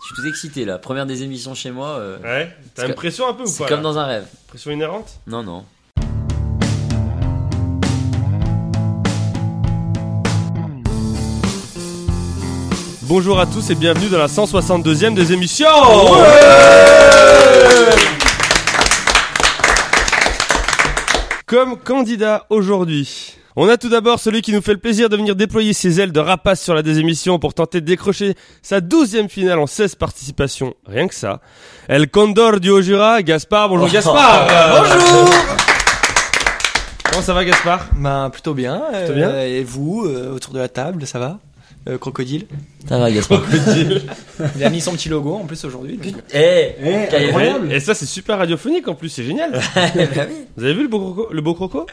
suis excité là. Première des émissions chez moi. euh, Ouais, t'as C'est une pression un peu Ah, ou c'est pas comme là dans un rêve. Pression inhérente Non, non. Bonjour à tous et bienvenue dans la 162e des émissions Comme candidat aujourd'hui, on a tout d'abord celui qui nous fait le plaisir de venir déployer ses ailes de rapace sur la désémission pour tenter de décrocher sa 12e finale en 16 participations, rien que ça. El Condor du Haut-Jura, Gaspard, bonjour Gaspard Bonjour Comment ça va Gaspard Ben plutôt bien. euh, Plutôt bien. Et vous, euh, autour de la table, ça va Euh, Crocodile Ça va, Gaspard. Il a mis son petit logo en plus aujourd'hui. donc- euh. Eh, Caillou. Et ça c'est super radiophonique en plus, c'est génial Bah oui. Vous avez vu le beau croco, le beau croco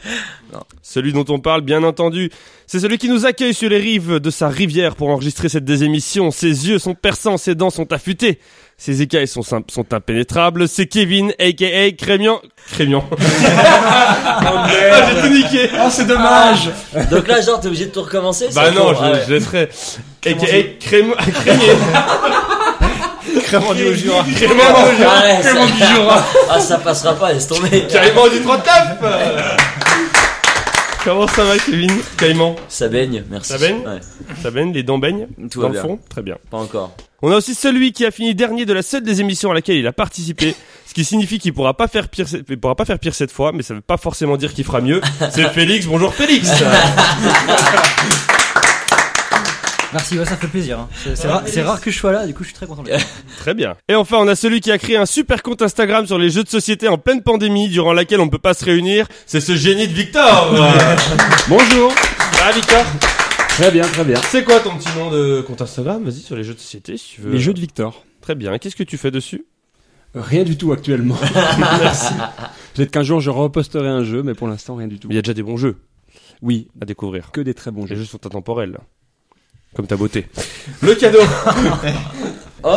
Non. Celui dont on parle, bien entendu, c'est celui qui nous accueille sur les rives de sa rivière pour enregistrer cette désémission. Ses yeux sont perçants, ses dents sont affûtées, ses écailles sont, sim- sont impénétrables. C'est Kevin, a.k.a. Crémian... Crémian Oh, Ah, j'ai tout niqué Ah. Oh, c'est dommage Donc là, genre, t'es obligé de tout recommencer Bah c'est non, con. je, Ah ouais. je laisserai. A.k.a. Crémian... Crémian Vraiment du Haut-Jura. Crémian Ah ouais, ça- Ah, ça passera pas, laisse tomber. Caïman du 39 Comment ça va, Kevin Caïman Ça baigne, merci. Ça baigne Ouais, Ça baigne, les dents baignent Tout va Dans le bien. fond Très bien. Pas encore. On a aussi celui qui a fini dernier de la seule des émissions à laquelle il a participé, ce qui signifie qu'il pourra pas faire pire, cette- il pourra pas faire pire cette fois, mais ça veut pas forcément dire qu'il fera mieux. C'est Félix. Bonjour Félix. Merci, ouais, ça fait plaisir. hein. C'est c'est ra- c'est rare que je sois là, du coup je suis très content. d'être là. Très bien. Et enfin, on a celui qui a créé un super compte Instagram sur les jeux de société en pleine pandémie, durant laquelle on ne peut pas se réunir. C'est ce génie de Victor. Bonjour ah Victor, Très bien, très bien. c'est quoi ton petit nom de compte Instagram Vas-y sur les jeux de société si tu veux. Les jeux de Victor. Très bien. Qu'est-ce que tu fais dessus Rien du tout actuellement. Merci. Peut-être qu'un jour je reposterai un jeu, mais pour l'instant rien du tout. Il y a déjà des bons jeux Oui, à découvrir. que des très bons Les jeux. jeux sont intemporels, comme ta beauté. Le cadeau. Oh,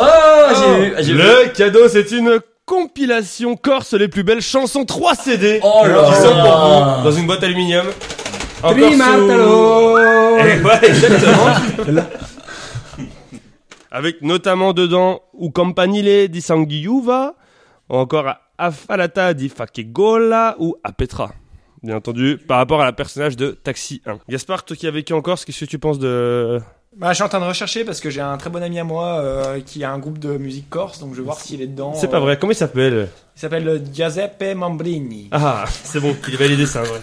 j'ai vu. j'ai vu. Le cadeau, c'est une compilation Corse les plus belles chansons 3 CD Oh là qui sont pour là. vous dans une boîte aluminium. Encore Trimartalo. Eh ouais, exactement. Avec notamment dedans ou Campanile di Sanguiuva, ou encore Affalata di Fakegola ou Apetra. Bien entendu, par rapport à la personnage de Taxi 1. Gaspard, toi qui as vécu en Corse, qu'est-ce que tu penses de... Bah, je suis en train de rechercher parce que j'ai un très bon ami à moi euh, qui a un groupe de musique corse, donc je vais voir s'il est dedans. C'est pas euh, vrai, comment il s'appelle Il s'appelle euh, Giuseppe Mambrini. Ah, c'est bon, il est validé, c'est un vrai.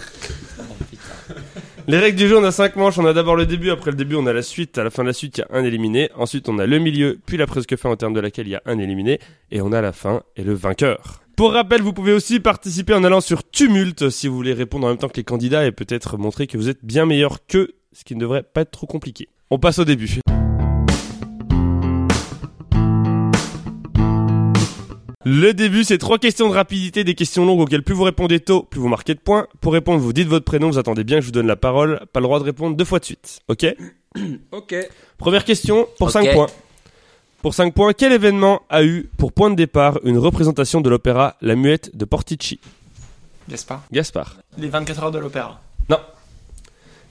Les règles du jeu, on a 5 manches. On a d'abord le début, après le début, on a la suite. À la fin de la suite, il y a un éliminé. Ensuite, on a le milieu, puis la presque fin en termes de laquelle il y a un éliminé. Et on a la fin et le vainqueur. Pour rappel, vous pouvez aussi participer en allant sur Tumulte si vous voulez répondre en même temps que les candidats et peut-être montrer que vous êtes bien meilleur qu'eux, ce qui ne devrait pas être trop compliqué. On passe au début. Le début, c'est trois questions de rapidité, des questions longues auxquelles plus vous répondez tôt, plus vous marquez de points. Pour répondre, vous dites votre prénom, vous attendez bien que je vous donne la parole. Pas le droit de répondre deux fois de suite. Ok Ok. Première question pour Ok. 5 points. Pour 5 points, quel événement a eu pour point de départ une représentation de l'opéra La Muette de Portici N'est-ce pas Gaspard. Les 24 heures de l'opéra.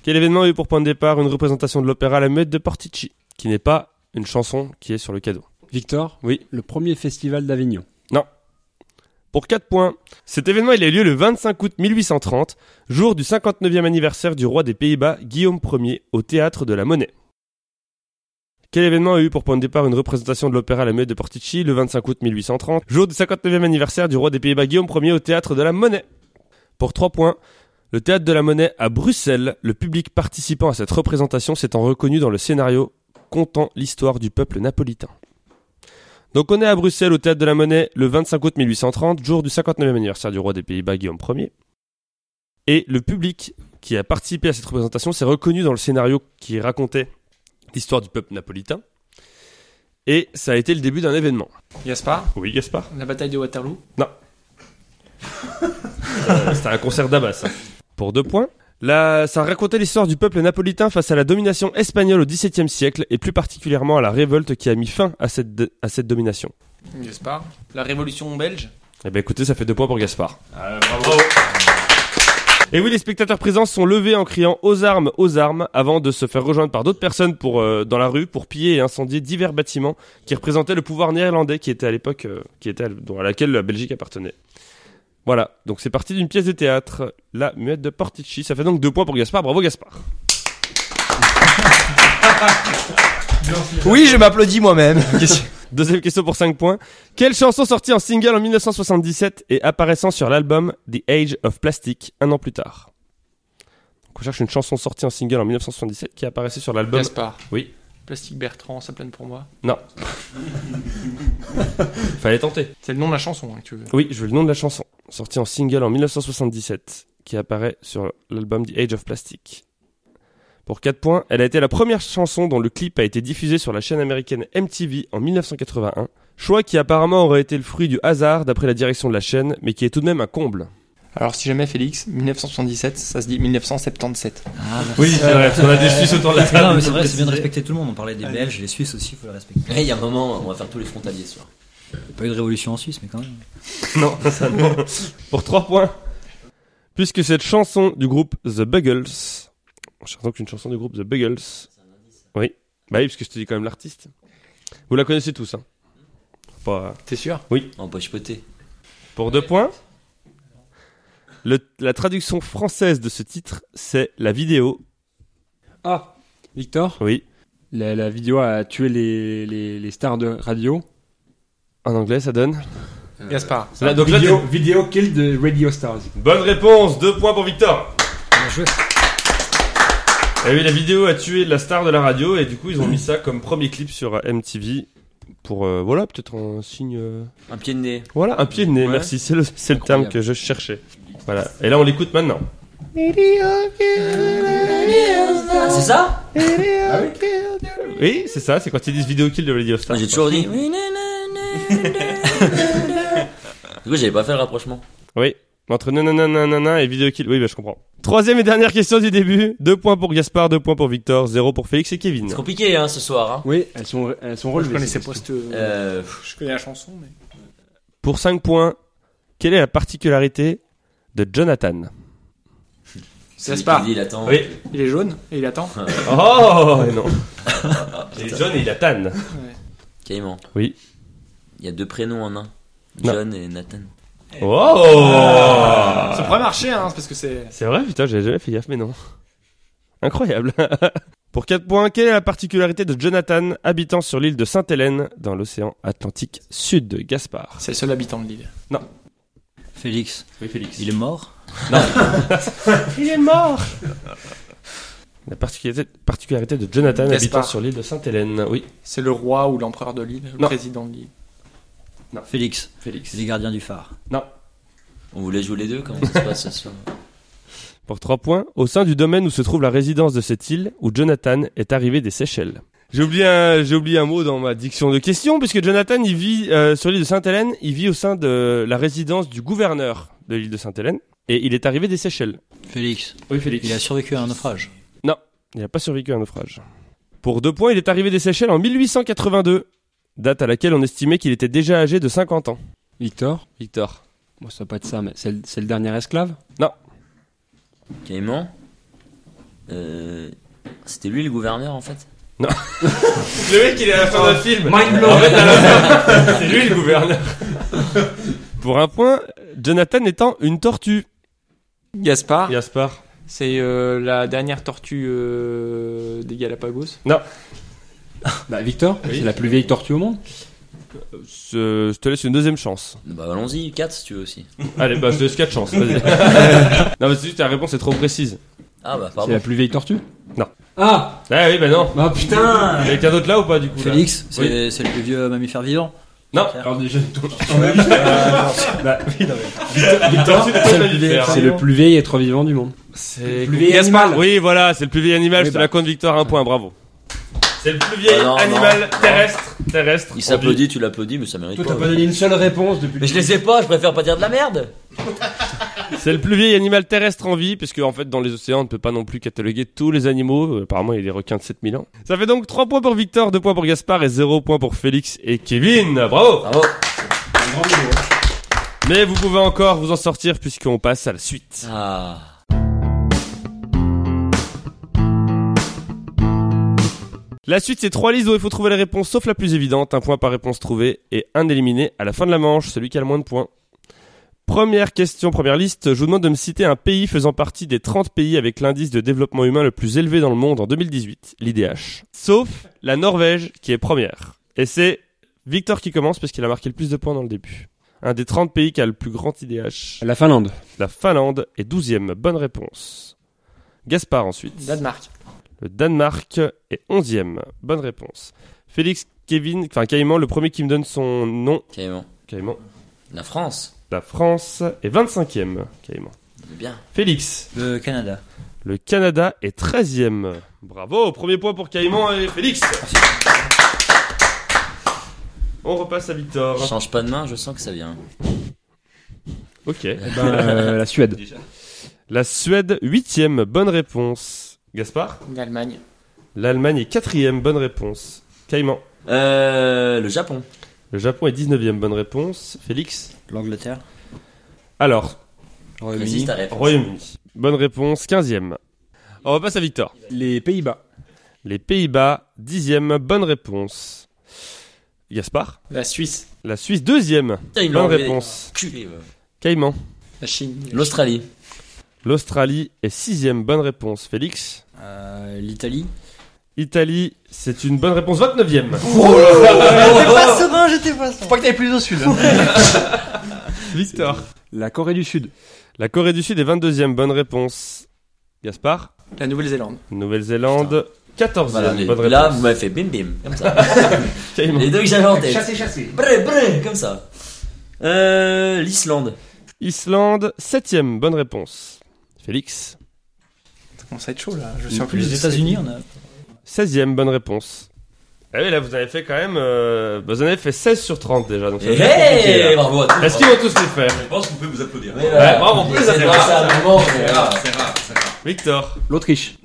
Quel événement a eu pour point de départ une représentation de l'opéra La Muette de Portici Qui n'est pas une chanson qui est sur le cadeau. Victor Oui. Le premier festival d'Avignon. Pour 4 points, cet événement il a eu lieu le 25 août 1830, jour du 59e anniversaire du roi des Pays-Bas Guillaume Ier au théâtre de la Monnaie. Quel événement a eu pour point de départ une représentation de l'opéra La Muette de Portici le 25 août 1830, jour du 59e anniversaire du roi des Pays-Bas Guillaume Ier au théâtre de la Monnaie Pour 3 points, le théâtre de la Monnaie à Bruxelles, le public participant à cette représentation s'étant reconnu dans le scénario comptant l'histoire du peuple napolitain. Donc on est à Bruxelles au Théâtre de la Monnaie le 25 août 1830, jour du 59e anniversaire du roi des Pays-Bas Guillaume Ier. Et le public qui a participé à cette représentation s'est reconnu dans le scénario qui racontait l'histoire du peuple napolitain. Et ça a été le début d'un événement. Gaspard Oui, Gaspard La bataille de Waterloo Ah, C'était un concert d'abbas, ça. Pour deux points. Là, ça racontait l'histoire du peuple napolitain face à la domination espagnole au XVIIe siècle, et plus particulièrement à la révolte qui a mis fin à cette, à cette domination. Gaspard La révolution belge Eh ben écoutez, ça fait deux points pour Gaspard. Et oui, les spectateurs présents sont levés en criant aux armes, aux armes, avant de se faire rejoindre par d'autres personnes pour, euh, dans la rue pour piller et incendier divers bâtiments qui représentaient le pouvoir néerlandais qui était à l'époque, euh, qui était à, dont- à laquelle la Belgique appartenait. Voilà, donc c'est parti d'une pièce de théâtre, La Muette de Portici. Ça fait donc deux points pour Gaspard. Bravo Gaspard. Oui, je m'applaudis moi-même. Deuxième question pour 5 points. Quelle chanson sortie en single en 1977 et apparaissant sur l'album The Age of Plastic un an plus tard Donc on cherche une chanson sortie en single en 1977 qui apparaissait sur l'album. Gaspard. Oui. Plastique Bertrand, ça plane pour moi. Fallait tenter. C'est le nom de la chanson hein, que tu veux. Oui, je veux le nom de la chanson. Sortie en single en 1977 qui apparaît sur l'album The Age of Plastic. Pour 4 points, elle a été la première chanson dont le clip a été diffusé sur la chaîne américaine MTV en 1981. Choix qui apparemment aurait été le fruit du hasard d'après la direction de la chaîne, mais qui est tout de même un comble. Alors si jamais Félix, 1977, ça se dit 1977. Ah, bah, Oui, c'est vrai, parce qu'on a des Suisses autour de la non, table. mais c'est vrai, c'est bien de respecter tout le monde. On parlait des Belges, les Suisses aussi, il faut les respecter. Il y a un moment, on va faire tous les frontaliers ce soir. Il n'y a pas eu de révolution en Suisse, mais quand même. Non, ça non. Pour 3 points. Puisque cette chanson du groupe The Buggles, on cherche donc une chanson du groupe The Buggles. Oui, bah oui, parce que je te dis quand même l'artiste. Vous la connaissez tous, hein. Pas- T'es sûr En poche potée. Pour 2 points. Le- la traduction française de ce titre, c'est la vidéo. Ah, Victor, Oui. la, la vidéo a tué les, les, les stars de radio. En anglais, ça donne. Gaspard. Là, donc là, t'es- vidéo kill de radio stars. bonne réponse, 2 points pour Victor. Bien joué. Et oui, la vidéo a tué la star de la radio et du coup ils ont mis ça comme premier clip sur euh, MTV pour euh, voilà peut-être un signe euh, Un pied de nez. voilà un pied de nez Ouais. merci c'est le c'est le terme Incroyable. que je cherchais voilà et là on l'écoute maintenant Ah, c'est ça oui c'est ça c'est quand ils disent vidéo kill de Radio Ah, Star J'ai toujours dit. Du coup, j'avais pas fait le rapprochement. oui entre nanana nanana et vidéo kill oui bah, je comprends troisième et dernière question du début deux points pour Gaspard deux points pour Victor zéro pour Félix et Kevin C'est compliqué hein, ce soir. Hein. Oui, elles sont, elles sont Moi, je relevées. connaissais ces pas questions. cette... Euh, pff, Je connais la chanson, mais... pour 5 points quelle est la particularité de Jonathan celui qui Gaspard. dit, Il attend. oui Il est jaune et il attend. oh non il est John et il a Tan Caïman. Oui. Il y a deux prénoms en un. Non. John et Nathan. Oh Ça pourrait marcher, hein, parce que c'est... C'est vrai, putain, j'avais jamais fait gaffe, mais non. Incroyable. Pour 4 points, quelle est la particularité de Jonathan, habitant sur l'île de Sainte-Hélène, dans l'océan Atlantique Sud, Gaspard C'est le seul habitant de l'île. Félix, Oui, Félix. il est mort. La particularité, particularité de Jonathan, Gaspard. habitant sur l'île de Sainte-Hélène, oui. C'est le roi ou l'empereur de l'île, le Non. président de l'île. Félix, Félix. il est gardien du phare. On voulait jouer les deux, comment ça se passe ce soir Pour 3 points, au sein du domaine où se trouve la résidence de cette île, où Jonathan est arrivé des Seychelles. J'ai oublié, un, j'ai oublié un mot dans ma diction de questions, puisque Jonathan, il vit euh, sur l'île de Sainte-Hélène, il vit au sein de la résidence du gouverneur de l'île de Sainte-Hélène, et il est arrivé des Seychelles. Félix, Oui, Félix. il a survécu à un naufrage. Il n'a pas survécu à un naufrage. Pour deux points, il est arrivé des Seychelles en 1882, date à laquelle on estimait qu'il était déjà âgé de 50 ans. Victor, Victor. bon, ça va pas être ça, mais c'est le, c'est le dernier esclave Caïman euh, C'était lui le gouverneur en fait Le mec, il est à la fin d'un film. Ah, C'est lui le gouverneur. Pour un point, Jonathan étant une tortue. Gaspard, Gaspard. c'est euh, la dernière tortue euh, des Galapagos. Bah, Victor, Oui. c'est la plus vieille tortue au monde. Je, je te laisse une deuxième chance. Bah allons-y, 4 si tu veux aussi. Allez, bah je te laisse quatre chances. Vas-y. non, mais c'est juste ta réponse est trop précise. Ah bah C'est pardon. la plus vieille tortue Non. Ah Ah oui, bah non. Bah putain Il y a quelqu'un d'autre là ou pas du coup là Félix, c'est c'est le plus vieux mammifère vivant. Non. Alors déjà, Une tortue Bah, c'est le, plus vieil- c'est le plus vieil être vivant du monde. C'est Plus vieil animal. Oui, voilà, c'est le plus vieil animal, Oui, je te bah. la compte Victor, un point, bravo. C'est le plus vieil Ah non, animal non, terrestre, terrestre. Il s'applaudit, tu l'applaudis, mais ça mérite pas. ouais. donné une seule réponse depuis Mais je les ai pas, je préfère pas dire de la merde C'est le plus vieil animal terrestre en vie, puisque en fait dans les océans on ne peut pas non plus cataloguer tous les animaux, Euh, apparemment il y a des requins de 7000 ans. Ça fait donc 3 points pour Victor, 2 points pour Gaspard et 0 points pour Félix et Kevin, bravo Bravo Mais vous pouvez encore vous en sortir puisqu'on passe à la suite. ah. La suite, c'est trois listes où il faut trouver les réponses, sauf la plus évidente, un point par réponse trouvée et un éliminé à la fin de la manche, celui qui a le moins de points. Première question, première liste, je vous demande de me citer un pays faisant partie des 30 pays avec l'indice de développement humain le plus élevé dans le monde en 2018, l'IDH. Sauf la Norvège qui est première. Et c'est Victor qui commence parce qu'il a marqué le plus de points dans le début. Un des 30 pays qui a le plus grand IDH, La Finlande. la Finlande est 12e, bonne réponse. Gaspard ensuite. Danemark. Le Danemark est 11e. Bonne réponse. Félix Kevin, enfin Caïman, le premier qui me donne son nom. Caïman. Caïman. La France. La France est 25e. Caïman. Bien. Félix. Le Canada. Le Canada est 13e. Bravo. Premier point pour Caïman et Félix. On repasse à Victor. Change pas de main, je sens que ça vient. Ok. Ben, euh, la Suède. La Suède, 8e. Bonne réponse. Gaspard. L'Allemagne. L'Allemagne est 4e. Bonne réponse. Caïman. Euh, le Japon. Le Japon est 19e. Bonne réponse. Félix. L'Angleterre. Alors, Précise ta réponse. Royaume-Uni. Bonne réponse, 15e. On repasse à Victor. Les Pays-Bas. Les Pays-Bas, 10e. Bonne réponse. Gaspard. La Suisse. La Suisse, 2e. Putain, il Bonne l'a enlevé. réponse. Culé, va. Caïman. La Chine. L'Australie. L'Australie est 6e. Bonne réponse. Félix. Euh, L'Italie. Italie, c'est une bonne réponse, 29e. J'étais pas serein, j'étais pas serein. Faut pas que t'ailles plus au sud. Victor. La Corée du Sud. La Corée du Sud est 22e. Bonne réponse. Gaspard. La Nouvelle-Zélande. Nouvelle-Zélande, 14e. Voilà, bonne mais réponse. là, vous m'avez fait bim bim, comme ça. Caïman. Les deux que j'avais en tête. Chasser, chasser. Bré, bré, comme ça. Euh, l'Islande. Islande, 7e. Bonne réponse. Félix. Ça commence à être chaud là. Je suis en plus. Les États-Unis, on a. 16e, bonne réponse. Ah oui, là, vous avez fait quand même. euh, vous en avez fait 16 sur 30 déjà. Donc ça va être Eh compliqué, Hey, là. bravo à tous. Est-ce qu'ils vont tous les faire Je pense qu'on peut vous applaudir. Mais voilà. Ouais, bravo, J'ai plus, essayé c'est de rare. passer un moment, mais C'est voilà. rare, c'est rare, c'est rare. Victor. L'Autriche.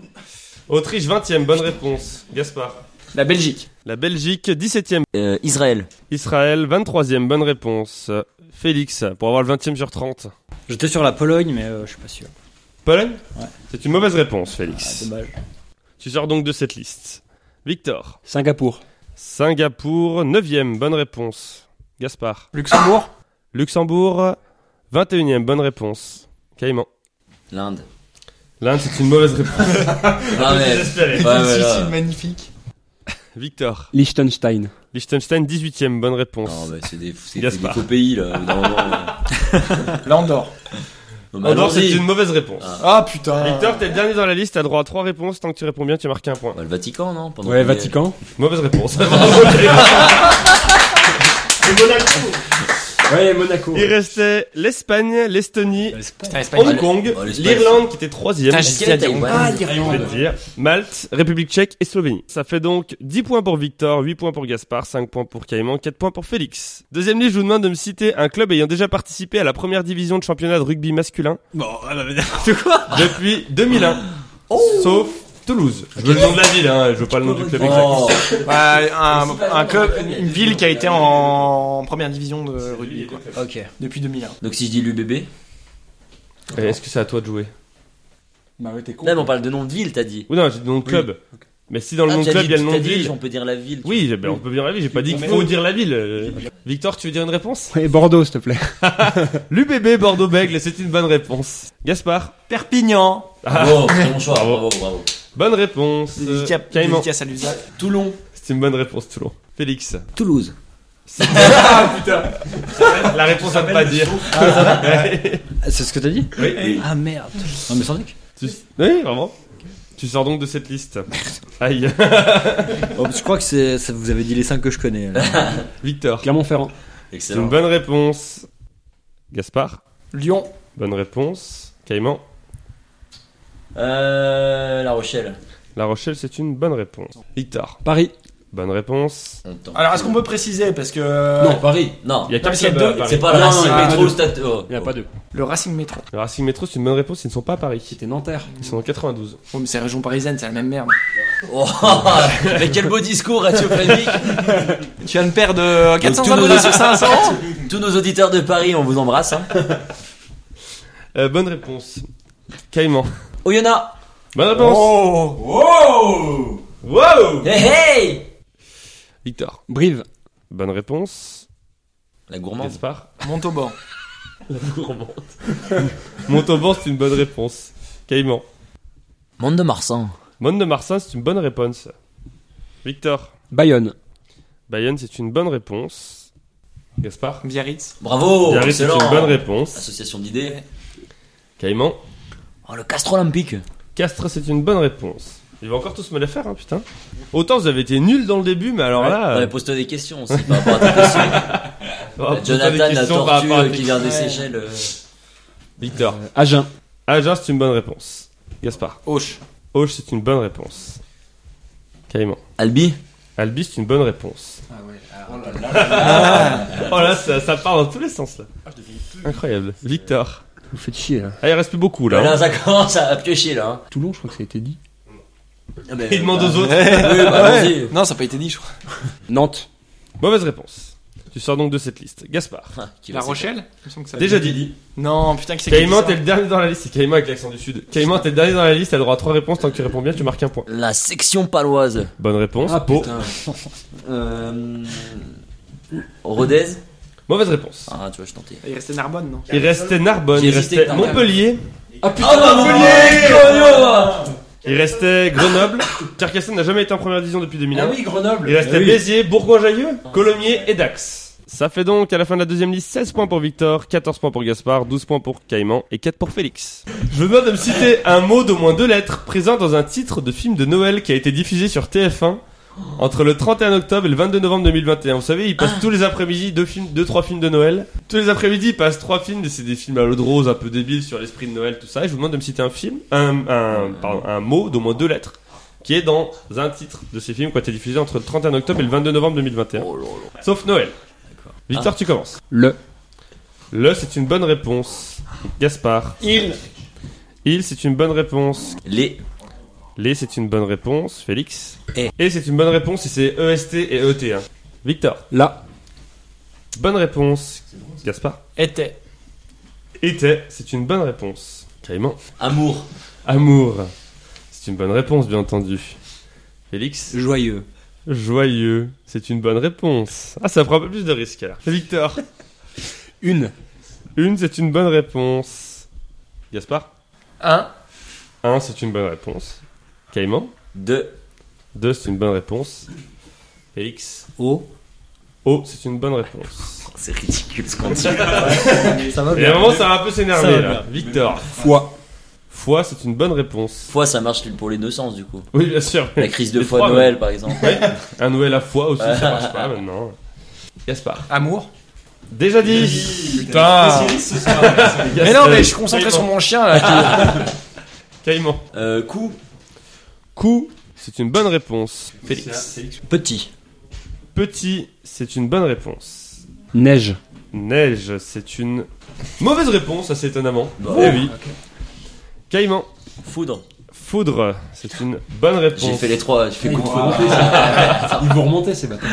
Autriche, 20e, bonne réponse. Gaspard. La Belgique. La Belgique, 17e. Euh, Israël. Israël, 23e, bonne réponse. Félix, pour avoir le 20e sur 30. J'étais sur la Pologne, mais euh, je suis pas sûr. Pologne Ouais. C'est une mauvaise réponse, Ah, Félix. dommage. tu sors donc de cette liste. Victor. Singapour. Singapour, 9e, bonne réponse. Gaspard. Luxembourg. Luxembourg, 21e, bonne réponse. Caïman. L'Inde. Ah, L'Inde, c'est une mauvaise réponse. Non, Ah, mais- Désespéré. Ouais, C'est voilà. magnifique. Victor. Liechtenstein. Liechtenstein, 18ème, bonne réponse. Non, mais c'est des, c'est des Gaspard. faux pays, là. au bout d'un moment, là. L'Andorre. Oh, Bah, Non, mais Andorre, c'est allons-y. une mauvaise réponse. Ah. Ah putain. Victor, t'es le dernier dans la liste, t'as droit à 3 réponses. Tant que tu réponds bien, tu marques un point. Bah, le Vatican, non Pendant Ouais, qu'il est- Vatican. Mauvaise réponse. euh, Ouais, Monaco. Il restait l'Espagne, l'Estonie, Putain, l'Espagne. Hong Kong, Oh, l'Espagne. l'Irlande qui était 3ème. Putain, Est-ce qu'il y a j'hésitais à dire. Taïwan Ah, Je vais te dire. Malte, République tchèque et Slovénie. Ça fait donc 10 points pour Victor, 8 points pour Gaspard, 5 points pour Caïman, 4 points pour Félix. Deuxième liste, je vous demande de me citer un club ayant déjà participé à la première division de championnat de rugby masculin. ah bah, Depuis 2001. Oh. Sauf Toulouse. Je veux le nom de la ville, hein, je veux pas le nom du club exact. Oh, Bah, un, un club, une ville qui a été en première division de rugby quoi, Ok. depuis 2001. donc si je dis l'UBB. Eh, Est-ce que c'est à toi de jouer Bah ouais, t'es con. Là, mais on parle de nom de ville, t'as dit. Ou non, j'ai dit nom de club. Mais si dans le Ah, nom de t'as club, dit- il y a le nom t'as de dit, ville. On peut dire la ville. tu Oui, j'ai- ben, on peut dire la ville, j'ai pas dit qu'il faut dire la ville. Euh, Victor, tu veux dire une réponse Et Bordeaux, s'il te plaît. L'UBB Bordeaux-Bègle, c'est une bonne réponse. Gaspard Perpignan. Ah. Bravo, c'est bon choix. Bravo. Bravo, bravo. Bonne réponse. Euh, Dédicace, Caïman. dédicace à l'USAC. Toulon. C'est une bonne réponse, Toulon. Félix. Toulouse. La réponse à ne pas dire. Ah, C'est ce que t'as dit Oui, Ah merde. Non, mais sans doute. Tu- oui, vraiment. Tu sors donc de cette liste. Aïe. Oh, parce que je crois que c'est, ça- vous avez dit les 5 que je connais. là. Victor. Clermont-Ferrand. C'est une Excellent. bonne réponse. Gaspard. Lyon. Bonne réponse. Caïman. Euh, La Rochelle. La Rochelle, c'est une bonne réponse. Victor. Paris. Bonne réponse. On tente. Alors est-ce qu'on peut préciser parce que euh, Non, Paris. Non, Il y a Non, mais quatre il y a clubs euh, deux- à Paris. Ah, c'est pas Non, le non, Racing il y en a Métro, deux. Stade. oh, Il n'y a oh. pas deux. le Racing Métro Le Racing Métro, c'est une bonne réponse. Ils ne sont pas à Paris. C'était Nanterre. Ils sont en 92. Oh mais c'est région parisienne, c'est la même merde. Oh, mais quel beau discours radiophonique Tu viens de perdre euh, 400 tous nos- abonnés sur 500 Tous nos auditeurs de Paris, on vous embrasse. Hein. Euh, bonne Oh, réponse. Caïman. Oyonnax. Bonne réponse. Wow Wow Hey, hey Victor. Brive. Bonne réponse. La gourmande. Gaspard. Montauban. Montauban, c'est une bonne réponse. Caïman. Monde de Marsan. Monde de Marsan, c'est une bonne réponse. Victor. Bayonne. Bayonne, c'est une bonne réponse. Gaspard. Biarritz. Bravo Biarritz, c'est Oh, excellent. une bonne réponse. Association d'idées. Caïman. Oh, le Castre Olympique. Castres, c'est une bonne réponse. Il va encore tous me la faire, hein, putain. Autant vous avez été nuls dans le début, mais alors là. Ouais, euh, Pose-toi des questions aussi par rapport à ta question. oh, putain, des Jonathan, la questions par rapport à tortue euh, tes- qui vient des Seychelles. euh, Victor. Euh, Agen. Agen, c'est une bonne réponse. Gaspard. Auch. Auch, c'est une bonne réponse. Caïman. Albi Albi, c'est une bonne réponse. Ah ouais, Oh là, ça, ça part dans tous les sens là. Incroyable. Victor. Vous faites chier là. Ah, il reste plus beaucoup là. Là, hein. ça commence à piocher là. hein. Toulon, je crois que ça a été dit. Ah, ben, Il demande bah, aux autres. Oui, bah, vas-y. Non, ça n'a pas été dit, je crois. Nantes. Mauvaise réponse. Tu sors donc de cette liste. Gaspard. Ah, qui La va, c'est Rochelle Il me semble que ça a Déjà été dit. Non, putain, qui c'est qui a dit Caïman, ça t'es le dernier dans la liste. C'est Caïman avec l'accent du sud. Caïman, t'es le dernier dans la liste. T'as le droit à trois réponses. Tant que tu réponds bien, tu marques un point. pas. La section paloise. Bonne réponse. Ah, Pau. Putain. Euh, Rodez Mauvaise réponse. Ah, tu vois, je tentais. Il restait Narbonne, non Il restait Narbonne, J'ai il hésité restait avec Narbonne. Montpellier, Ah bah, putain, Montpellier il restait Grenoble. Carcassonne n'a jamais été en première division depuis 2001. Ah oui, Grenoble. Il Eh restait Ah oui. Béziers, Bourgoin-Jailleux, Colomiers et Dax. Ça fait donc à la fin de la deuxième liste 16 points pour Victor, 14 points pour Gaspard, 12 points pour Caïman et 4 pour Félix. Je vous demande de me citer un mot d'au moins deux lettres présent dans un titre de film de Noël qui a été diffusé sur TF1 entre le 31 octobre et le 22 novembre 2021. Vous savez, ils passent tous les après-midi deux films, deux trois films de Noël. Tous les après-midi, ils passent trois films, et c'est des films à l'eau de rose un peu débiles sur l'esprit de Noël, tout ça. Et je vous demande de me citer un film, un, un, pardon, un mot d'au moins deux lettres qui est dans un titre de ces films qui a été diffusé entre le 31 octobre et le 22 novembre 2021. Oh là là. Ah. Sauf Noël. Victor, tu commences. Le. Le, c'est une bonne réponse. Gaspard. Il. Il, c'est une bonne réponse. Les. Les, c'est une bonne réponse. Félix. Et. c'est une bonne réponse et c'est EST et ET. hein. Victor. La. Bonne réponse. Gaspard. Était. Était, c'est une bonne réponse. Caïman. Amour. Amour. C'est une bonne réponse, bien entendu. Félix. Joyeux. Joyeux. C'est une bonne réponse. Ah, ça prend un peu plus de risques. alors. Victor. Une. Une, c'est une bonne réponse. Gaspard Un. Un, c'est une bonne réponse. Caïman De. Deux, c'est une bonne réponse. Félix Oh. Oh, c'est une bonne réponse. C'est ridicule ce qu'on dit. Ça va Et à un bien. moment, ça va un peu Ça s'énerver va là. Victor Foi. Foi, c'est une bonne réponse. Fois, ça marche pour les deux sens du coup. Oui, bien sûr. La crise de Les foi trois, de Noël, par exemple. Ouais. Un Noël à foi aussi, ça marche pas maintenant. Gaspard Amour. Déjà dit Putain. Mais non, mais je suis concentré sur mon chien là. Caïman. Euh, coup. Coup, c'est une bonne réponse. Félix. Petit. Petit, c'est une bonne réponse. Neige. Neige, c'est une mauvaise réponse assez étonnamment. Bah, Eh oui. Caïman, Foudre. foudre, c'est une bonne J'ai réponse. fait les trois. J'ai fait coup de foudre. Ils vont remonter ces bâtards.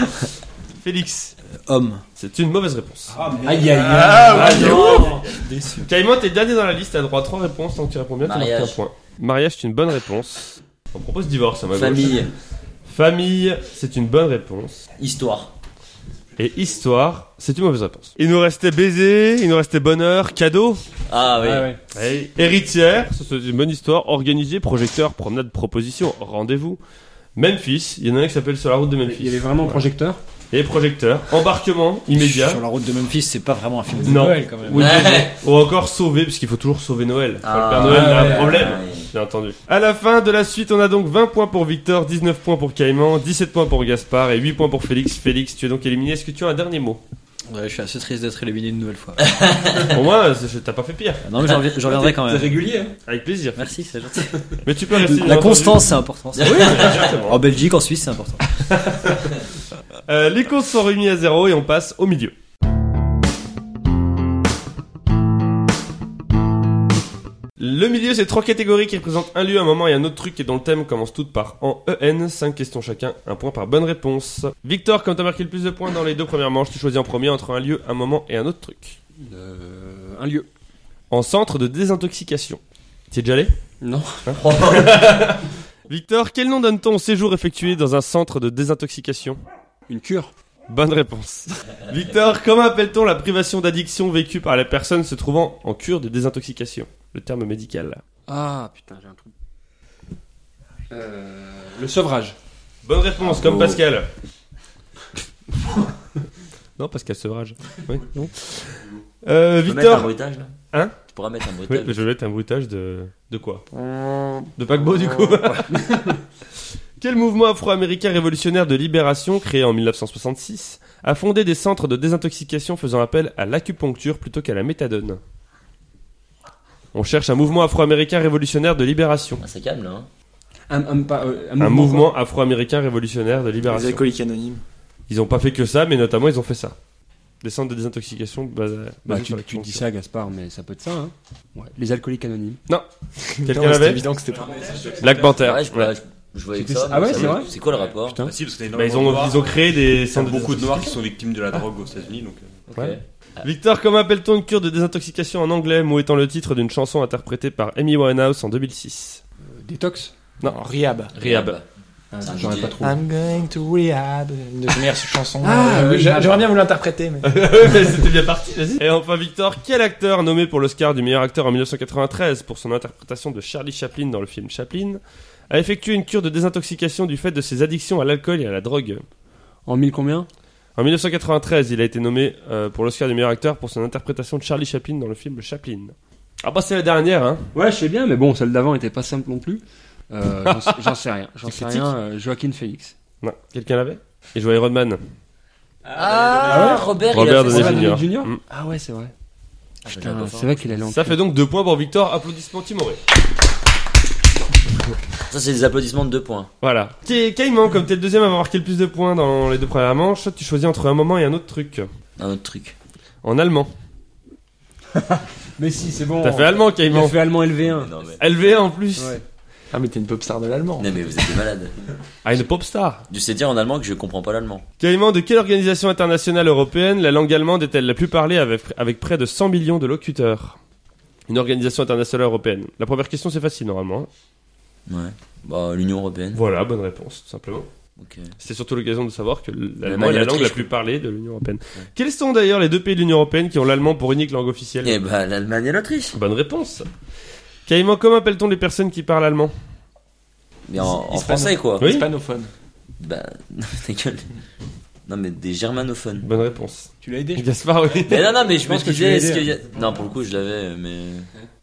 Félix, Homme. c'est une mauvaise réponse. Aïe aïe aïe. Ah, Ah, non. Caïman, t'es dernier dans la liste, t'as le droit à trois réponses, tant que tu réponds bien, tu marques un Mariage. point. Mariage, c'est une bonne réponse. On propose divorce à bah ma gauche. Famille. Famille, c'est une bonne réponse. Histoire. Et histoire, c'est une mauvaise réponse. Il nous restait baiser, il nous restait bonheur, cadeau. Ah oui. Hey. Héritière, ça, c'est une bonne histoire. Organisée, projecteur, promenade, proposition, rendez-vous. Memphis, il y en a un qui s'appelle Sur la route de Memphis. Il y avait vraiment un projecteur. Et projecteur, embarquement immédiat. Sur la route de Memphis, c'est pas vraiment un film de Non. Noël quand même. Oui, Ouais. oui, oui. Ou encore sauver, parce qu'il faut toujours sauver Noël. Enfin, Ah, le Père Noël a ouais, un problème, ouais. bien entendu. À la fin de la suite, on a donc 20 points pour Victor, 19 points pour Caïman, 17 points pour Gaspard et 8 points pour Félix. Félix, tu es donc éliminé. Est-ce que tu as un dernier mot Ouais, je suis assez triste d'être éliminé une nouvelle fois. Ah, Pour moi, c'est- t'as pas fait pire. non, mais j'en reviens- j'en reviendrai quand même. régulier, hein Avec plaisir. Merci, c'est gentil. Mais tu peux rester. bien La entendu. constance, c'est important. Oui, exactement. En Belgique, en Suisse, c'est important. Euh, les comptes sont remis à zéro et on passe au milieu. Le milieu, c'est trois catégories qui représentent un lieu, un moment et un autre truc et dont le thème commence toutes par en EN. Cinq questions chacun, un point par bonne réponse. Victor, comme t'as marqué le plus de points dans les deux premières manches, tu choisis en premier entre un lieu, un moment et un autre truc. Euh, un lieu. En centre de désintoxication. T'y es déjà allé Non. Hein Victor, quel nom donne-t-on au séjour effectué dans un centre de désintoxication Une cure Bonne réponse. Victor, comment appelle-t-on la privation d'addiction vécue par la personne se trouvant en cure de désintoxication Le terme médical. Ah putain, j'ai un trou. le sevrage. Bonne réponse, comme Oh. Pascal. non, Pascal Sevrage. Oui, non. Euh, Tu peux mettre un Victor. bruitage là Hein Tu pourras mettre un Oui, bruitage. je vais mettre un bruitage de. De quoi De paquebot, du coup. Quel mouvement afro-américain révolutionnaire de libération, créé en 1966, a fondé des centres de désintoxication faisant appel à l'acupuncture plutôt qu'à la méthadone On cherche un mouvement afro-américain révolutionnaire de libération. Ah, ça calme là. Hein. Un, un, pas- euh, Un mouvement afro-américain révolutionnaire de Les libération. alcooliques anonymes. Ils n'ont pas fait que ça, mais notamment ils ont fait ça. Des centres de désintoxication basés Bah, basés tu, sur tu dis l'acupuncture. ça, Gaspard, mais ça peut être ça. Hein. Ouais. Les alcooliques anonymes. Quelqu'un Putain, C'était l'avait évident que c'était pas. Lac Banter. Ouais, je, vois- je, je voyais que C'était ça. ça- ah mais ouais, ça- c'est vrai C'est quoi le rapport Putain. Bah si, parce qu'il y a Bah, ils, énormément de ont, noirs. ils ont créé des Il y a centres beaucoup de noirs qui sont victimes de la drogue aux États-Unis, donc. euh, Ok. Ouais. Victor, comment appelle-t-on une cure de désintoxication en anglais, mot étant le titre d'une chanson interprétée par Amy Winehouse en 2006 Euh, Détox Non, Rehab. Rehab. Ah, C'est un J'aurais DJ. pas trouvé. I'm going to rehab. Une de mes meilleures chansons. Ah, Euh, oui, j'a- oui. J'aimerais bien vous l'interpréter, mais. C'était bien parti, vas-y. Et enfin, Victor, quel acteur nommé pour l'Oscar du meilleur acteur en 1993 pour son interprétation de Charlie Chaplin dans le film Chaplin a effectué une cure de désintoxication du fait de ses addictions à l'alcool et à la drogue En mille combien En 1993, il a été nommé euh, pour l'Oscar du meilleur acteur pour son interprétation de Charlie Chaplin dans le film Chaplin. Ah bah c'est la dernière, hein Ouais, je sais bien, mais bon, celle d'avant était pas simple non plus. Euh, j'en sais- J'en sais rien. J'en sais rien. euh, Joaquin Phoenix. Non, quelqu'un l'avait Et jouait Iron Man. Ah, Robert, Robert il a Downey fait ça. Downey Jr. Jr. Mm. Ah ouais, c'est vrai. Ah, j'avais Putain, pas c'est ça. vrai qu'il allait en Ça fait donc deux points pour Victor. Applaudissements timorés. Ça, c'est des applaudissements de deux points. Voilà. T'es Caïman, comme t'es le deuxième à avoir marqué le plus de points dans les deux premières manches, tu choisis entre un moment et un autre truc. Un autre truc. En allemand. Mais si, c'est bon. T'as fait allemand, Caïman. J'ai fait allemand LV1. Non, mais... LV1 en plus. Ouais. Ah, mais t'es une pop star de l'allemand. non, mais vous êtes des malades. Ah, une pop star. Tu sais dire en allemand que je comprends pas l'allemand. Caïman, de quelle organisation internationale européenne la langue allemande est-elle la plus parlée avec, avec près de 100 millions de locuteurs Une organisation internationale européenne. La première question, c'est facile normalement. Ouais. Bah, l'Union Européenne. Voilà, bonne réponse, tout simplement. Ok. C'est surtout l'occasion de savoir que l'allemand L'Allemagne est et la langue la l'Autriche. plus parlée de l'Union européenne. Quels sont d'ailleurs les deux pays de l'Union européenne qui ont l'allemand pour unique langue officielle Eh bah, l'Allemagne et l'Autriche. Bonne réponse. Caïman, comment appelle-t-on les personnes qui parlent allemand Mais en, en Hispano- français, quoi. Oui. Hispanophone. Bah, non, ta gueule. Non, mais des germanophones. Bonne réponse. Tu l'as aidé Gaspard, oui. Mais non, non, mais je pense que que tu l'as disais. aidé, qu'il y a... Non, pour le coup, je l'avais, euh, mais.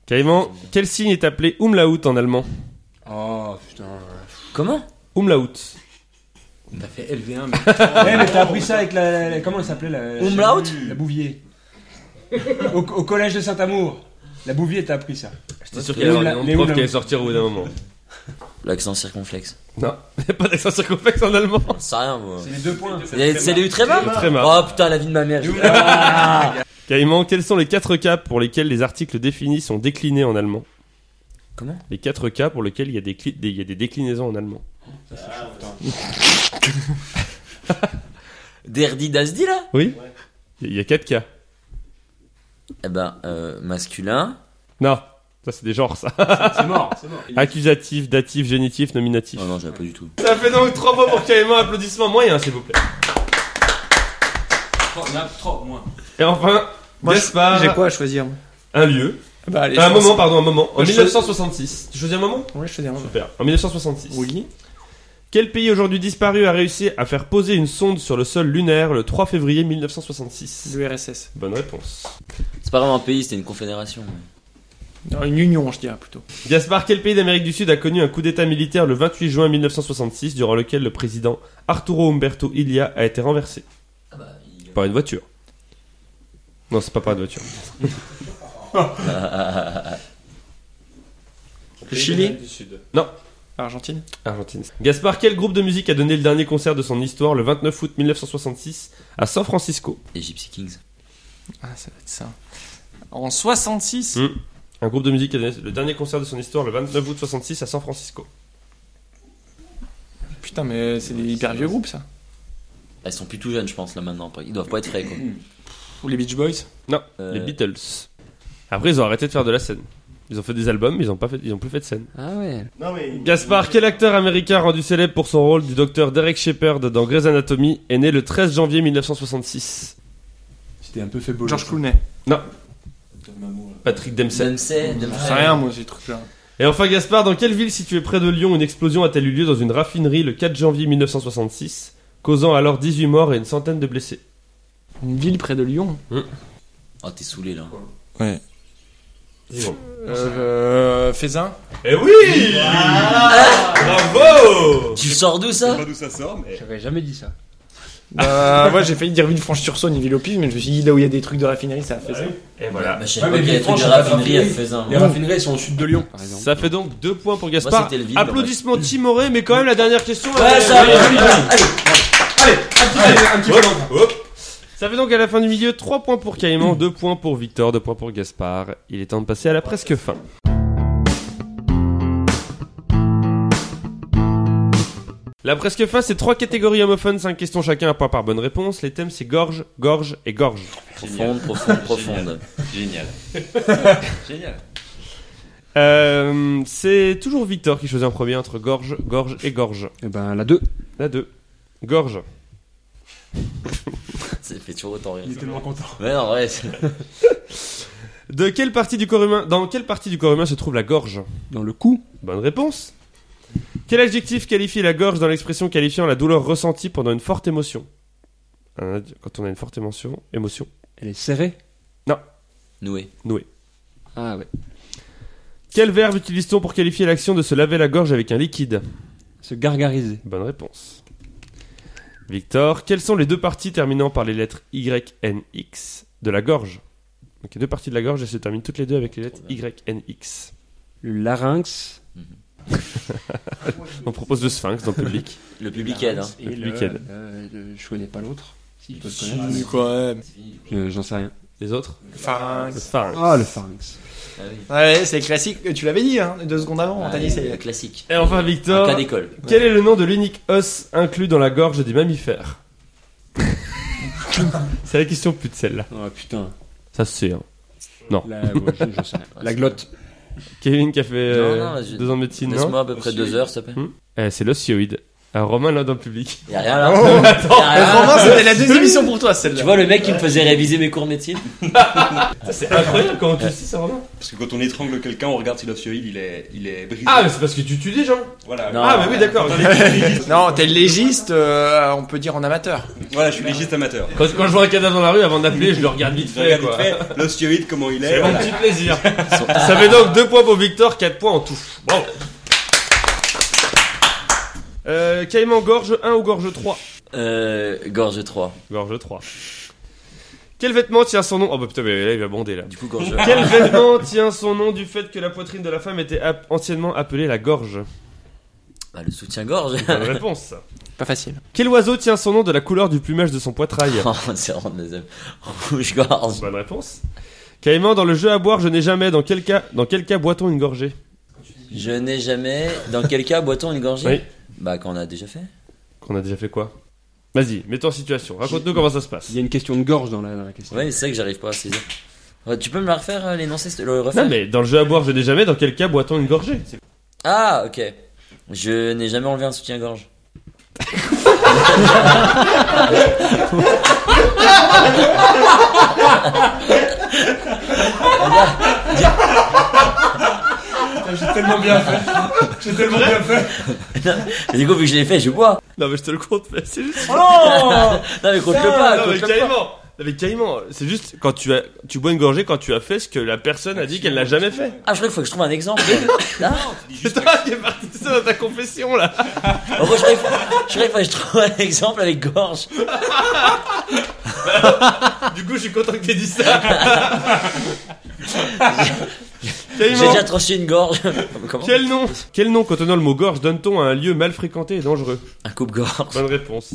Caïman, quel signe est appelé umlaut en allemand Oh putain. Comment Umlaut. T'as fait LV1, mais. Ouais, mais t'as appris ça avec la. la- la- comment elle s'appelait la. la- Umlaut La Bouvier. au, au collège de Saint-Amour. La Bouvier t'a appris ça. J'étais sûr Les qu'il y avait umla- un nom de les prof umlauts. qui allait sortir au bout d'un moment. L'accent circonflexe. Non, il n'y a pas d'accent circonflexe en allemand. J'en sais rien, moi. les deux points. Il y a- C'est les Utrema Très marrant. Oh putain, la vie de ma mère. j'ai- Caïman, quels sont les quatre cas pour lesquels les articles définis sont déclinés en allemand Comment Les quatre cas pour lesquels il y, a des cli- des- il y a des déclinaisons en allemand. Derdi Dasdi, là Oui Il y a quatre cas. Eh ben, euh, masculin. Non, ça c'est des genres ça. C'est mort, c'est mort. Accusatif, datif, génitif, nominatif. Oh non, j'avais pas du tout. Ça fait donc trois points pour Caïman, applaudissements moyens s'il vous plaît. Trop, moins. Et enfin, Moi, je- Gaspard, j'ai quoi à choisir moi un lieu. Bah, allez, un je- moment, pardon, un moment. En Je 1966. Tu choisis un moment Ouais, je choisis un moment. Super. En 1966. Oui. Quel pays aujourd'hui disparu a réussi à faire poser une sonde sur le sol lunaire le 3 février 1966 L'URSS. Bonne réponse. C'est pas vraiment un pays, c'était une confédération. ouais. Non, une union, je dirais plutôt. Gaspard, quel pays d'Amérique du Sud a connu un coup d'état militaire le 28 juin 1966 durant lequel le président Arturo Humberto Ilia a été renversé Par une voiture. Non, c'est pas par une voiture. Le Chili Non. Argentine Argentine. Gaspard, quel groupe de musique a donné le dernier concert de son histoire le 29 août 1966 à San Francisco Les Gypsy Kings. Ah, ça va être ça. En 66 Mm. Un groupe de musique a donné le dernier concert de son histoire le 29 août 66 à San Francisco. Putain, mais c'est des hyper vieux groupes ça. Elles sont plus tout jeunes, je pense, là maintenant. Ils doivent pas être frais, quoi. Ou les Beach Boys Non, Euh. les Beatles. Après, ils ont arrêté de faire de la scène. Ils ont fait des albums, mais ils ont, pas fait, ils ont plus fait de scène. Ah ouais. Non, mais. Gaspard, quel acteur américain rendu célèbre pour son rôle du docteur Derek Shepard dans Grey's Anatomy est né le 13 janvier 1966 C'était un peu fait beau. George Clooney. Patrick Dempsey. Dempsey, Je sais Dempsey. rien, moi, ces trucs-là. Et enfin, Gaspard, dans quelle ville située près de Lyon une explosion a-t-elle eu lieu dans une raffinerie le 4 janvier 1966, causant alors 18 morts et une centaine de blessés Une ville près de Lyon. Oh, t'es saoulé là. Ouais. Euh, Faisin. Eh oui Bravo Tu sors d'où Je ça sais pas d'où ça sort, mais. J'avais jamais dit ça. Euh, ouais, j'ai failli dire Villefranche-sur-Saône, une ville au pif, mais je me suis dit là où il y a des trucs de raffinerie, c'est à Faisin. Et voilà. Bah, je Ouais, savais pas mais qu'il y avait Villefranche, des c'est pas raffineries à fini. Faisin. Les raffineries, elles sont au sud de Lyon, par exemple. Ça fait donc deux points pour Gaspard. c'était le vide, Applaudissements Timoré, mais quand même la dernière question. elle Ouais, est- ça elle est- va, voilà. Allez, Ça fait donc à la fin du milieu 3 points pour Caïman, 2 points pour Victor, 2 points pour Gaspard. Il est temps de passer à la presque fin. La presque fin, c'est 3 catégories homophones, 5 questions chacun, un point par bonne réponse. Les thèmes, c'est gorge, gorge et gorge. Génial. profonde, profonde, profonde. Génial. Génial. Euh, c'est toujours Victor qui choisit en premier entre gorge, gorge et gorge. Et ben la 2. La 2. Gorge. Ça fait toujours autant rire. tellement content. Mais non, ouais. c'est- De quelle partie du corps humain, dans quelle partie du corps humain se trouve la gorge Dans le coup, Bonne réponse. Quel adjectif qualifie la gorge dans l'expression qualifiant la douleur ressentie pendant une forte émotion Un adj- Quand on a une forte émotion, émotion. elle est serrée. Noué. Ah ouais. Quel verbe utilise-t-on pour qualifier l'action de se laver la gorge avec un liquide Se gargariser. Bonne réponse. Victor, quelles sont les deux parties terminant par les lettres Y, N, X de la gorge Donc les deux parties de la gorge, elles se terminent toutes les deux avec les lettres Y, N, X. Le larynx. On propose le sphinx dans le public. Le public aide. Hein. Et Le le, week-end. euh, le- je connais pas l'autre. Si, je peux le connaître. C'est quoi Euh, J'en sais rien. Les autres Enfin, Le pharynx. Ah, le pharynx. Ah oui. ouais, c'est classique. Tu l'avais dit, hein, deux secondes avant. Ah, T'as dit, le c'est. classique. Et enfin, Un Victor, cas d'école. quel est le nom de l'unique os inclus dans la gorge des mammifères C'est la question pute, celle-là. Oh putain. Ça se sait, hein. La, ouais, je- j'en sais rien. La glotte. Kevin qui a fait euh, Non, non, vas-y. deux ans de médecine, non Laisse-moi à peu près deux heures, s'il te plaît. Euh, C'est l'osioïde. Un Romain, là, dans le public. Y'a rien là. Y'a Ah. rien là. Romain, c'était la deuxième émission pour toi, Tu celle-là. vois le mec qui me faisait réviser mes cours de médecine C'est incroyable comment tu sais ça, Romain Parce que quand on étrangle quelqu'un, on regarde si l'osioïde il est, il est brisé. Ah, mais c'est parce que tu tues des gens voilà. Non. Ah, mais oui, d'accord. Non, t'es légiste, euh, on peut dire en amateur. Voilà, je suis légiste amateur. quand, quand je vois un cadavre dans la rue, avant d'appeler, je le regarde vite Je fait, regarde quoi. vite fait l'osioïde, comment il est. C'est mon voilà. petit plaisir. ça fait donc 2 points pour Victor, 4 points en tout. Bravo. Euh, Caïman, gorge 1 ou gorge 3 Euh, Gorge 3. Gorge 3. Quel vêtement tient son nom Oh bah putain, mais là il va bander là. Du coup, Gorge Quel vêtement tient son nom du fait que la poitrine de la femme était ap- anciennement appelée la gorge Bah, le soutien-gorge. Bonne réponse. Pas facile. Quel oiseau tient son nom de la couleur du plumage de son poitrail Oh, c'est vraiment des hommes. Rouge-gorge. Bonne réponse. Caïman, dans le jeu à boire, je n'ai jamais. Dans quel cas, dans quel cas boit-on une gorgée Je n'ai jamais. Dans quel cas boit-on une gorgée Oui. Bah, quand on a déjà fait. Qu'on a déjà fait quoi Vas-y, mets-toi en situation. Raconte-nous comment ça se passe. Il y a une question de gorge dans la, dans la question. Ouais, mais c'est ça que j'arrive pas à saisir. Ouais, tu peux me la refaire, euh, l'énoncé s'il te- le refaire Non mais dans le jeu à boire, je n'ai jamais. Dans quel cas boit-on une gorgée Ah, ok. Je n'ai jamais enlevé un soutien-gorge. J'ai tellement bien fait. J'ai tellement bien fait. Et du coup, vu que je l'ai fait, je bois. Non mais je te le compte. mais C'est juste. Oh Non, mais compte-le pas, non, mais compte-le pas. Caïman. Non, mais Caïman, c'est juste quand tu as, tu bois une gorgée quand tu as fait ce que la personne a dit qu'elle n'a jamais fait. Ah, je crois qu'il faut que je trouve un exemple. Là C'est toi qui es parti de ça dans ta confession là. En gros, je crois qu'il faut- je crois qu'il faut que je trouve un exemple avec gorge. Du coup, je suis content que t'aies dit ça. J'ai Caïman, déjà tranché une gorge. Comment quel nom, quel nom contenant le mot gorge donne-t-on à un lieu mal fréquenté et dangereux Un coupe-gorge. Bonne réponse.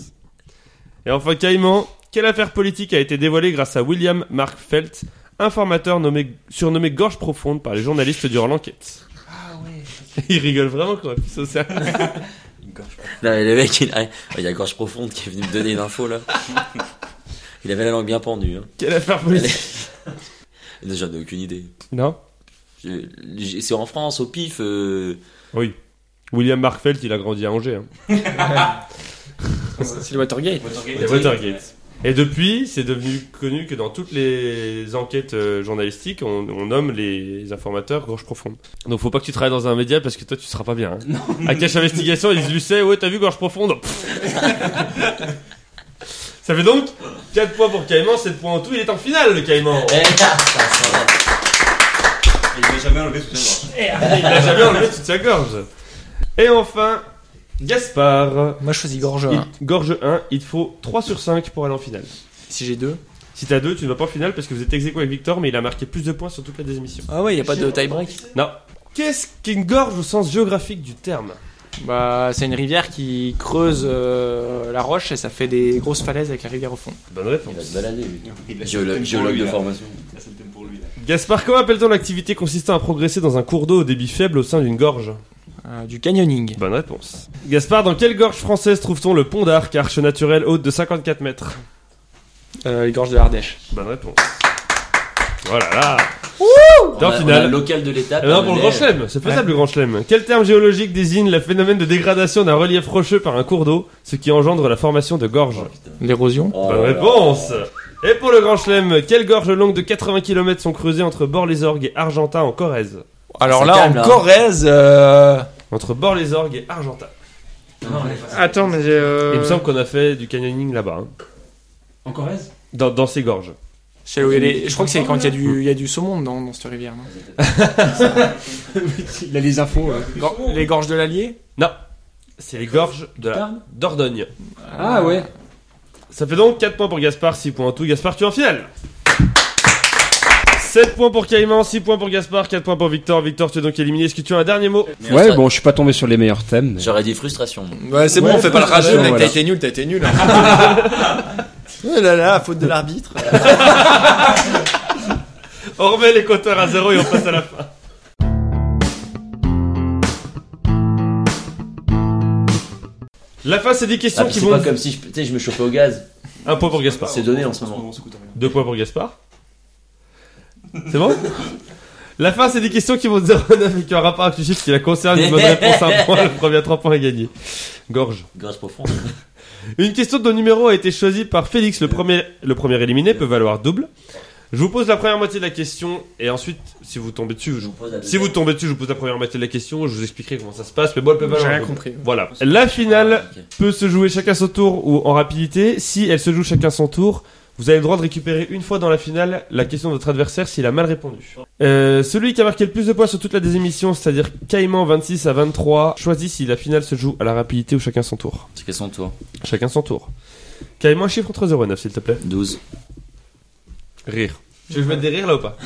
Et enfin, Caïman, quelle affaire politique a été dévoilée grâce à William Mark Felt, informateur nommé, surnommé Gorge Profonde par les journalistes durant l'enquête Ah ouais. Il rigole vraiment quand il fait ça. Non, mais le mec, il a... oh, il y a Gorge Profonde qui est venu me donner une info là. Il avait la langue bien pendue. Hein. Quelle affaire politique J'en ai aucune idée. Non Euh, j'ai- C'est en France, au pif. euh, Oui. William Barkfeld, il a grandi à Angers. hein. C'est le Watergate. Et Watergate. Et depuis, c'est devenu connu que dans toutes les enquêtes euh, journalistiques, on, on nomme les informateurs gorge profonde. Donc faut pas que tu travailles dans un média parce que toi tu seras pas bien. Hein. À Cache Investigation, ils disent Lucet, ouais, t'as vu gorge profonde Pfff. Ça fait donc 4 points pour Caïman, 7 points en tout, il est en finale le Caïman eh, ah, ça va. Il m'a jamais enlevé tout à Il a jamais enlevé toute sa gorge Et enfin, Gaspard Moi, je choisis Gorge. Il- hein. Gorge 1, il te faut 3 sur 5 pour aller en finale. Si j'ai deux. Si t'as 2, tu ne vas pas en finale parce que vous êtes ex aequo avec Victor, mais il a marqué plus de points sur toutes les émissions. Ah ouais, il n'y a pas de tie-break. Non. Qu'est-ce qu'une gorge au sens géographique du terme Bah, c'est une rivière qui creuse euh, la roche et ça fait des grosses falaises avec la rivière au fond. Bonne Il réponse. va se balader, hein. lui. l'heure. Géologue, géologue de formation. La seule thème pour lui. là. Gaspard, comment appelle-t-on l'activité consistant à progresser dans un cours d'eau au débit faible au sein d'une gorge Euh, du canyoning. Bonne réponse. Gaspard, dans quelle gorge française trouve-t-on le pont d'Arc, arche naturelle haute de 54 mètres Euh, les gorges de l'Ardèche. Bonne réponse. Voilà là On T'es en a- on a finale. le local de l'étape. Et maintenant on Eh ben, pour le est- grand chelem, c'est faisable Ouais. le grand chelem. Quel terme géologique désigne le phénomène de dégradation d'un relief rocheux par un cours d'eau, ce qui engendre la formation de gorges L'érosion. Oh Bonne là là. réponse Et pour le grand chelem, quelles gorges longues de 80 km sont creusées entre Bord-les-Orgues et Argentat en Corrèze Alors C'est là, calme, en là. Corrèze. euh, Entre Bord-les-Orgues et Argentat. Attends, mais. Il me semble qu'on a fait du canyoning là-bas, hein. En Corrèze dans, dans ces gorges. Je, sais où il y a les- je crois que c'est quand il y, a du- il y a du saumon dans, dans cette rivière. non Il a les infos. euh. Gor- les gorges de l'Allier Non, c'est les gorges de la Tarn Dordogne. Ah ouais. Ça fait donc 4 points pour Gaspard, 6 points en tout. Gaspard, tu es en finale 7 points pour Caïman, 6 points pour Gaspard, 4 points pour Victor. Victor, tu es donc éliminé. Est-ce que tu as un dernier mot Mais on Ouais, sera- bon, je suis pas tombé sur les meilleurs thèmes. mais- J'aurais dit frustration. Ouais, c'est bon, on fait pas le rageux, mec, t'as été nul, t'as été nul. Oh là là, faute de l'arbitre. On remet les compteurs à zéro et on passe à la fin. La fin, c'est des questions Ah, qui c'est vont. pas comme si je, tu sais, je me chauffais au gaz. Un point pour Gaspard. C'est donné en ce moment. on s'écoute rien. Deux points pour Gaspard. C'est bon La fin, c'est des questions qui vont de 0 à 9 et qui ont un rapport avec le chiffre qui la concerne. Une bonne réponse, un point. Le premier à 3 points est gagné. Gorge. Gorge profonde. Une question dont le numéro a été choisi par Félix, le premier, le premier éliminé, peut valoir double. Je vous pose la première moitié de la question et ensuite, si vous tombez dessus, je vous pose la Si vous tombez dessus, je vous pose la première moitié de la question, je vous expliquerai comment ça se passe, mais bon, elle peut J'ai valoir rien double. compris. Voilà. La finale peut se jouer chacun son tour ou en rapidité. Si elle se joue chacun son tour, vous avez le droit de récupérer une fois dans la finale la question de votre adversaire s'il a mal répondu. Euh, celui qui a marqué le plus de points sur toute la désémission, c'est-à-dire Caïman 26 à 23, choisit si la finale se joue à la rapidité ou chacun son tour. C'est question de tour. Chacun son tour. Caïman, un chiffre entre 0 et 9, s'il te plaît. 12. Rire. Tu veux que je mette des rires là ou pas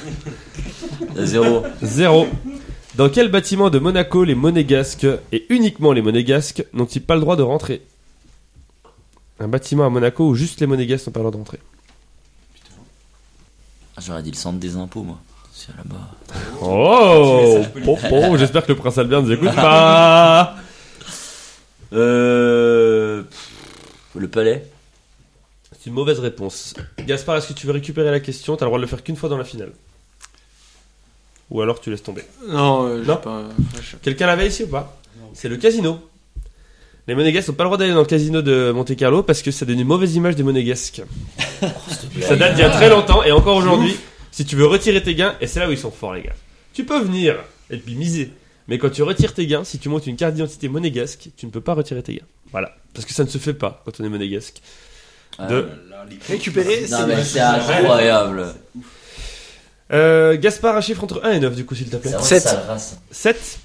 0. 0. Dans quel bâtiment de Monaco les monégasques, et uniquement les monégasques, n'ont-ils pas le droit de rentrer Un bâtiment à Monaco où juste les monégasques n'ont pas le droit de rentrer. Ah, J'aurais dit le centre des impôts, moi. C'est là-bas. Oh Popo, J'espère que le prince Albert nous écoute pas Euh. pff, Le palais. C'est une mauvaise réponse. Gaspard, est-ce que tu veux récupérer la question T'as le droit de le faire qu'une fois dans la finale. Ou alors tu laisses tomber. Non, euh, j'ai Non. pas. Quelqu'un l'avait ici ou pas C'est le casino. Les monégasques n'ont pas le droit d'aller dans le casino de Monte-Carlo parce que ça donne une mauvaise image des monégasques. Ça date d'il y a très longtemps et encore aujourd'hui, si tu veux retirer tes gains, et c'est là où ils sont forts les gars, tu peux venir et puis miser. Mais quand tu retires tes gains, si tu montes une carte d'identité monégasque, tu ne peux pas retirer tes gains. Voilà. Parce que ça ne se fait pas quand on est monégasque. Ah. Deux. Récupérer, Non, mais c'est incroyable. Euh, Gaspard, un chiffre entre 1 et 9 du coup s'il te plaît. C'est Sept. vraiment sale race. 7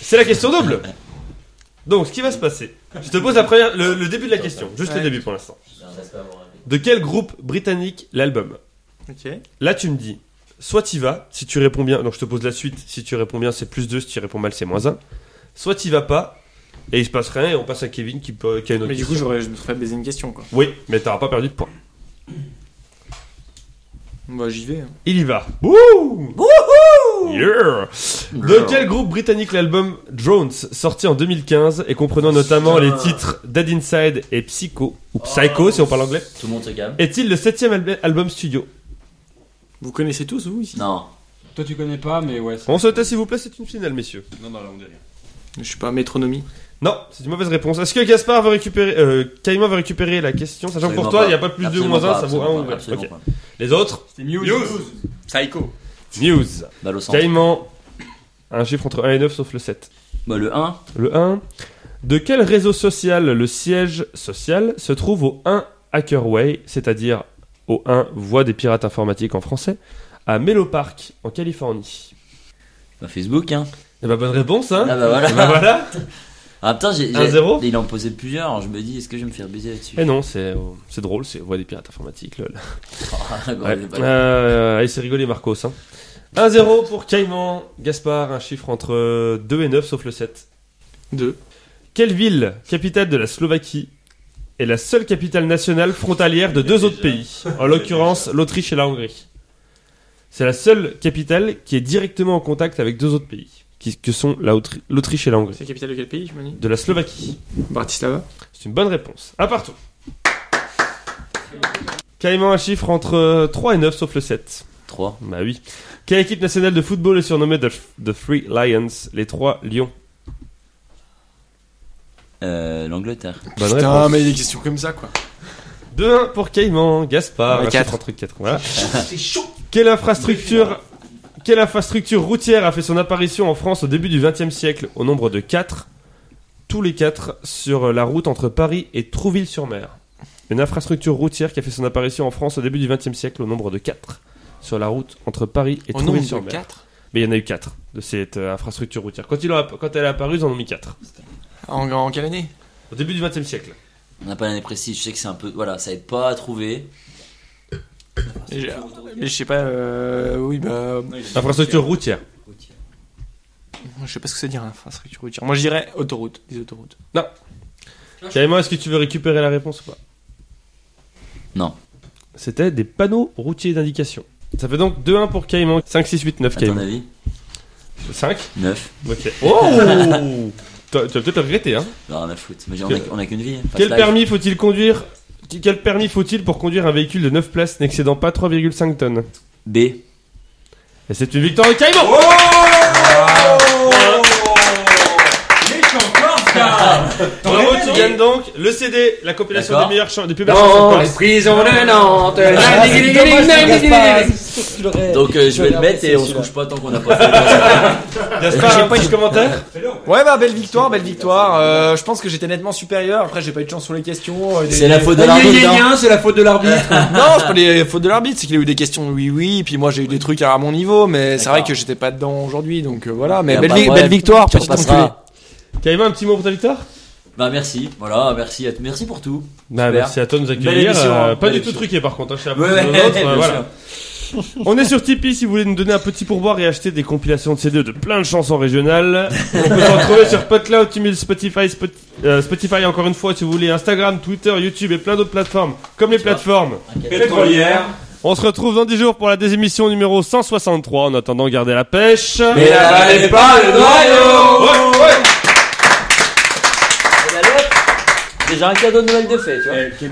C'est la question double Donc, ce qui va se passer, je te pose la première, le, le début de la question, juste le Ouais. début pour l'instant. De quel groupe britannique l'album Ok. Là, tu me dis, soit t'y vas, si tu réponds bien, donc je te pose la suite, si tu réponds bien, c'est plus 2, si tu réponds mal, c'est moins 1. Soit t'y vas pas, et il se passe rien, et on passe à Kevin qui, peut- qui a une autre Mais du coup, question. j'aurais- je me serais baisé une question, quoi. Oui, mais t'auras pas perdu de points. Bah, j'y vais. hein. Il y va. Yeah. De quel groupe britannique l'album Drones, sorti en 2015 et Oh, comprenant notamment les titres Dead Inside et Psycho, ou Oh. Psycho si on parle anglais, Tout le monde se calme. est-il le septième albe- album studio Vous connaissez tous, vous, ici Non. Toi, tu connais pas, mais ouais. On se tait, s'il vous plaît, c'est une finale, messieurs. Non, non, là, on dit rien. Je suis pas métronomie. Non, c'est une mauvaise réponse. Est-ce que Gaspard veut récupérer. Euh, Caïman veut récupérer la question Sachant que pour Absolument toi, pas. il n'y a pas plus de Absolument ou moins un, pas, ça vaut absolument un ou pas, moins. absolument Ok. pas. Les autres C'était Muse. Psycho. News. Balle au Bah, centre. Caïman. Un chiffre entre 1 et 9 sauf le 7. Bah, le 1, Le 1. De quel réseau social le siège social se trouve au 1 Hackerway, c'est-à-dire au 1 Voix des pirates informatiques en français, à Menlo Park, en Californie bah, Facebook, hein. Eh bah, bonne réponse, hein Ah bah voilà. Eh bah voilà Ah putain, j'ai. j'ai- Un zéro Il en posait plusieurs, alors je me dis, est-ce que je vais me faire baiser là-dessus Et non, c'est euh, c'est drôle, c'est Voix des pirates informatiques, Bah lol. Ah, bah, Ouais. bah, Euh, allez, c'est rigolé, Marcos. Hein. 1-0 pour Caïman. Gaspard, un chiffre entre 2 et 9, sauf le 7. 2. Quelle ville, capitale de la Slovaquie, est la seule capitale nationale frontalière de deux autres pays En l'occurrence, l'Autriche et la Hongrie. C'est la seule capitale qui est directement en contact avec deux autres pays, qui, que sont la Autri- l'Autriche et la Hongrie. C'est la capitale de quel pays, je me dis De la Slovaquie. Bratislava. C'est une bonne réponse. Un partout. Caïman, un chiffre entre 3 et 9, sauf le 7. 3. Bah oui. Quelle équipe nationale de football est surnommée The, The Three Lions Les trois lions. Euh, L'Angleterre. Bonne Putain, réponse. mais il y a des questions comme ça, quoi. 2-1 pour Caïman, Gaspard. Ouais, un quatre. chiffre entre quatre, voilà. Quelle infrastructure, quelle infrastructure routière a fait son apparition en France au début du XXe siècle au nombre de 4 Tous les 4 sur la route entre Paris et Trouville-sur-Mer. Une infrastructure routière qui a fait son apparition en France au début du XXe siècle au nombre de 4 sur la route entre Paris et On nombre Trouville-sur-Mer. 4 Mais il y en a eu 4 de cette euh, infrastructure routière. Quand, il a- quand elle est apparue, ils en ont mis 4. en, en quelle année Au début du 20 siècle. On n'a pas l'année précise, je sais que c'est un peu. Voilà, ça aide pas à trouver. Mais j'ai- mais je sais pas, euh, oui, bah. Infrastructure routière. Je sais pas ce que ça veut dire, infrastructure routière. Moi, je dirais autoroute, des autoroutes. Carrément, est-ce que tu veux récupérer la réponse ou pas Non. C'était des panneaux routiers d'indication. Ça fait donc 2-1 pour Caïman. 5, 6, 8, 9 À ton Caïman. avis 5 9. Ok. Oh T'as- Tu vas peut-être le regretter, hein. Non, on a foutu. Mais j'ai- Quel- on a, on a qu'une vie. hein. Ah, Pas Quel de life. permis faut-il conduire Quel permis faut-il pour conduire un véhicule de 9 places n'excédant pas 3,5 tonnes B. Et c'est une victoire de Caïman Bravo, tu gagnes donc le CD, la compilation des D'accord. meilleures chan- des plus belles chansons de Corse. prisons de Nantes. Ah, Donc euh, je vais le mettre et on se couche pas tant qu'on n'a pas fait. Gaspard, un petit commentaire Ouais, bah, belle victoire, belle victoire. Euh, je pense que j'étais nettement supérieur. Après, j'ai pas eu de chance sur les questions. euh, des- C'est la faute de l'arbitre. hein. C'est la faute de l'arbitre. Non, c'est pas les fautes de l'arbitre, c'est qu'il a eu des questions oui, oui, et puis moi j'ai eu des trucs à mon niveau, mais c'est D'accord. vrai que j'étais pas dedans aujourd'hui, donc euh, voilà. Mais Ah, belle, bah, vi- ouais, belle victoire, Tu petit enculé. repasseras. Caïman, un petit mot pour ta victoire Bah merci. Voilà, merci, à- merci pour tout. Bah, Super. merci à toi de nous Belle accueillir. émission, Euh, hein. pas Belle du tout émission. truqué par contre. hein, je sais pas Ouais, pour ouais, les autres, bien euh, sûr. voilà. On est sur Tipeee si vous voulez nous donner un petit pourboire et acheter des compilations de CD de plein de chansons régionales. On peut se retrouver sur PodCloud, Tumult, Spotify, Spot- euh, Spotify encore une fois si vous voulez, Instagram, Twitter, YouTube et plein d'autres plateformes. Comme les plateformes. Pétrolière. On se retrouve dans 10 jours pour la désémission numéro 163. En attendant, gardez la pêche. Mais la valait pas le noyau Déjà un cadeau de Noël de fait, tu vois. Eh, quel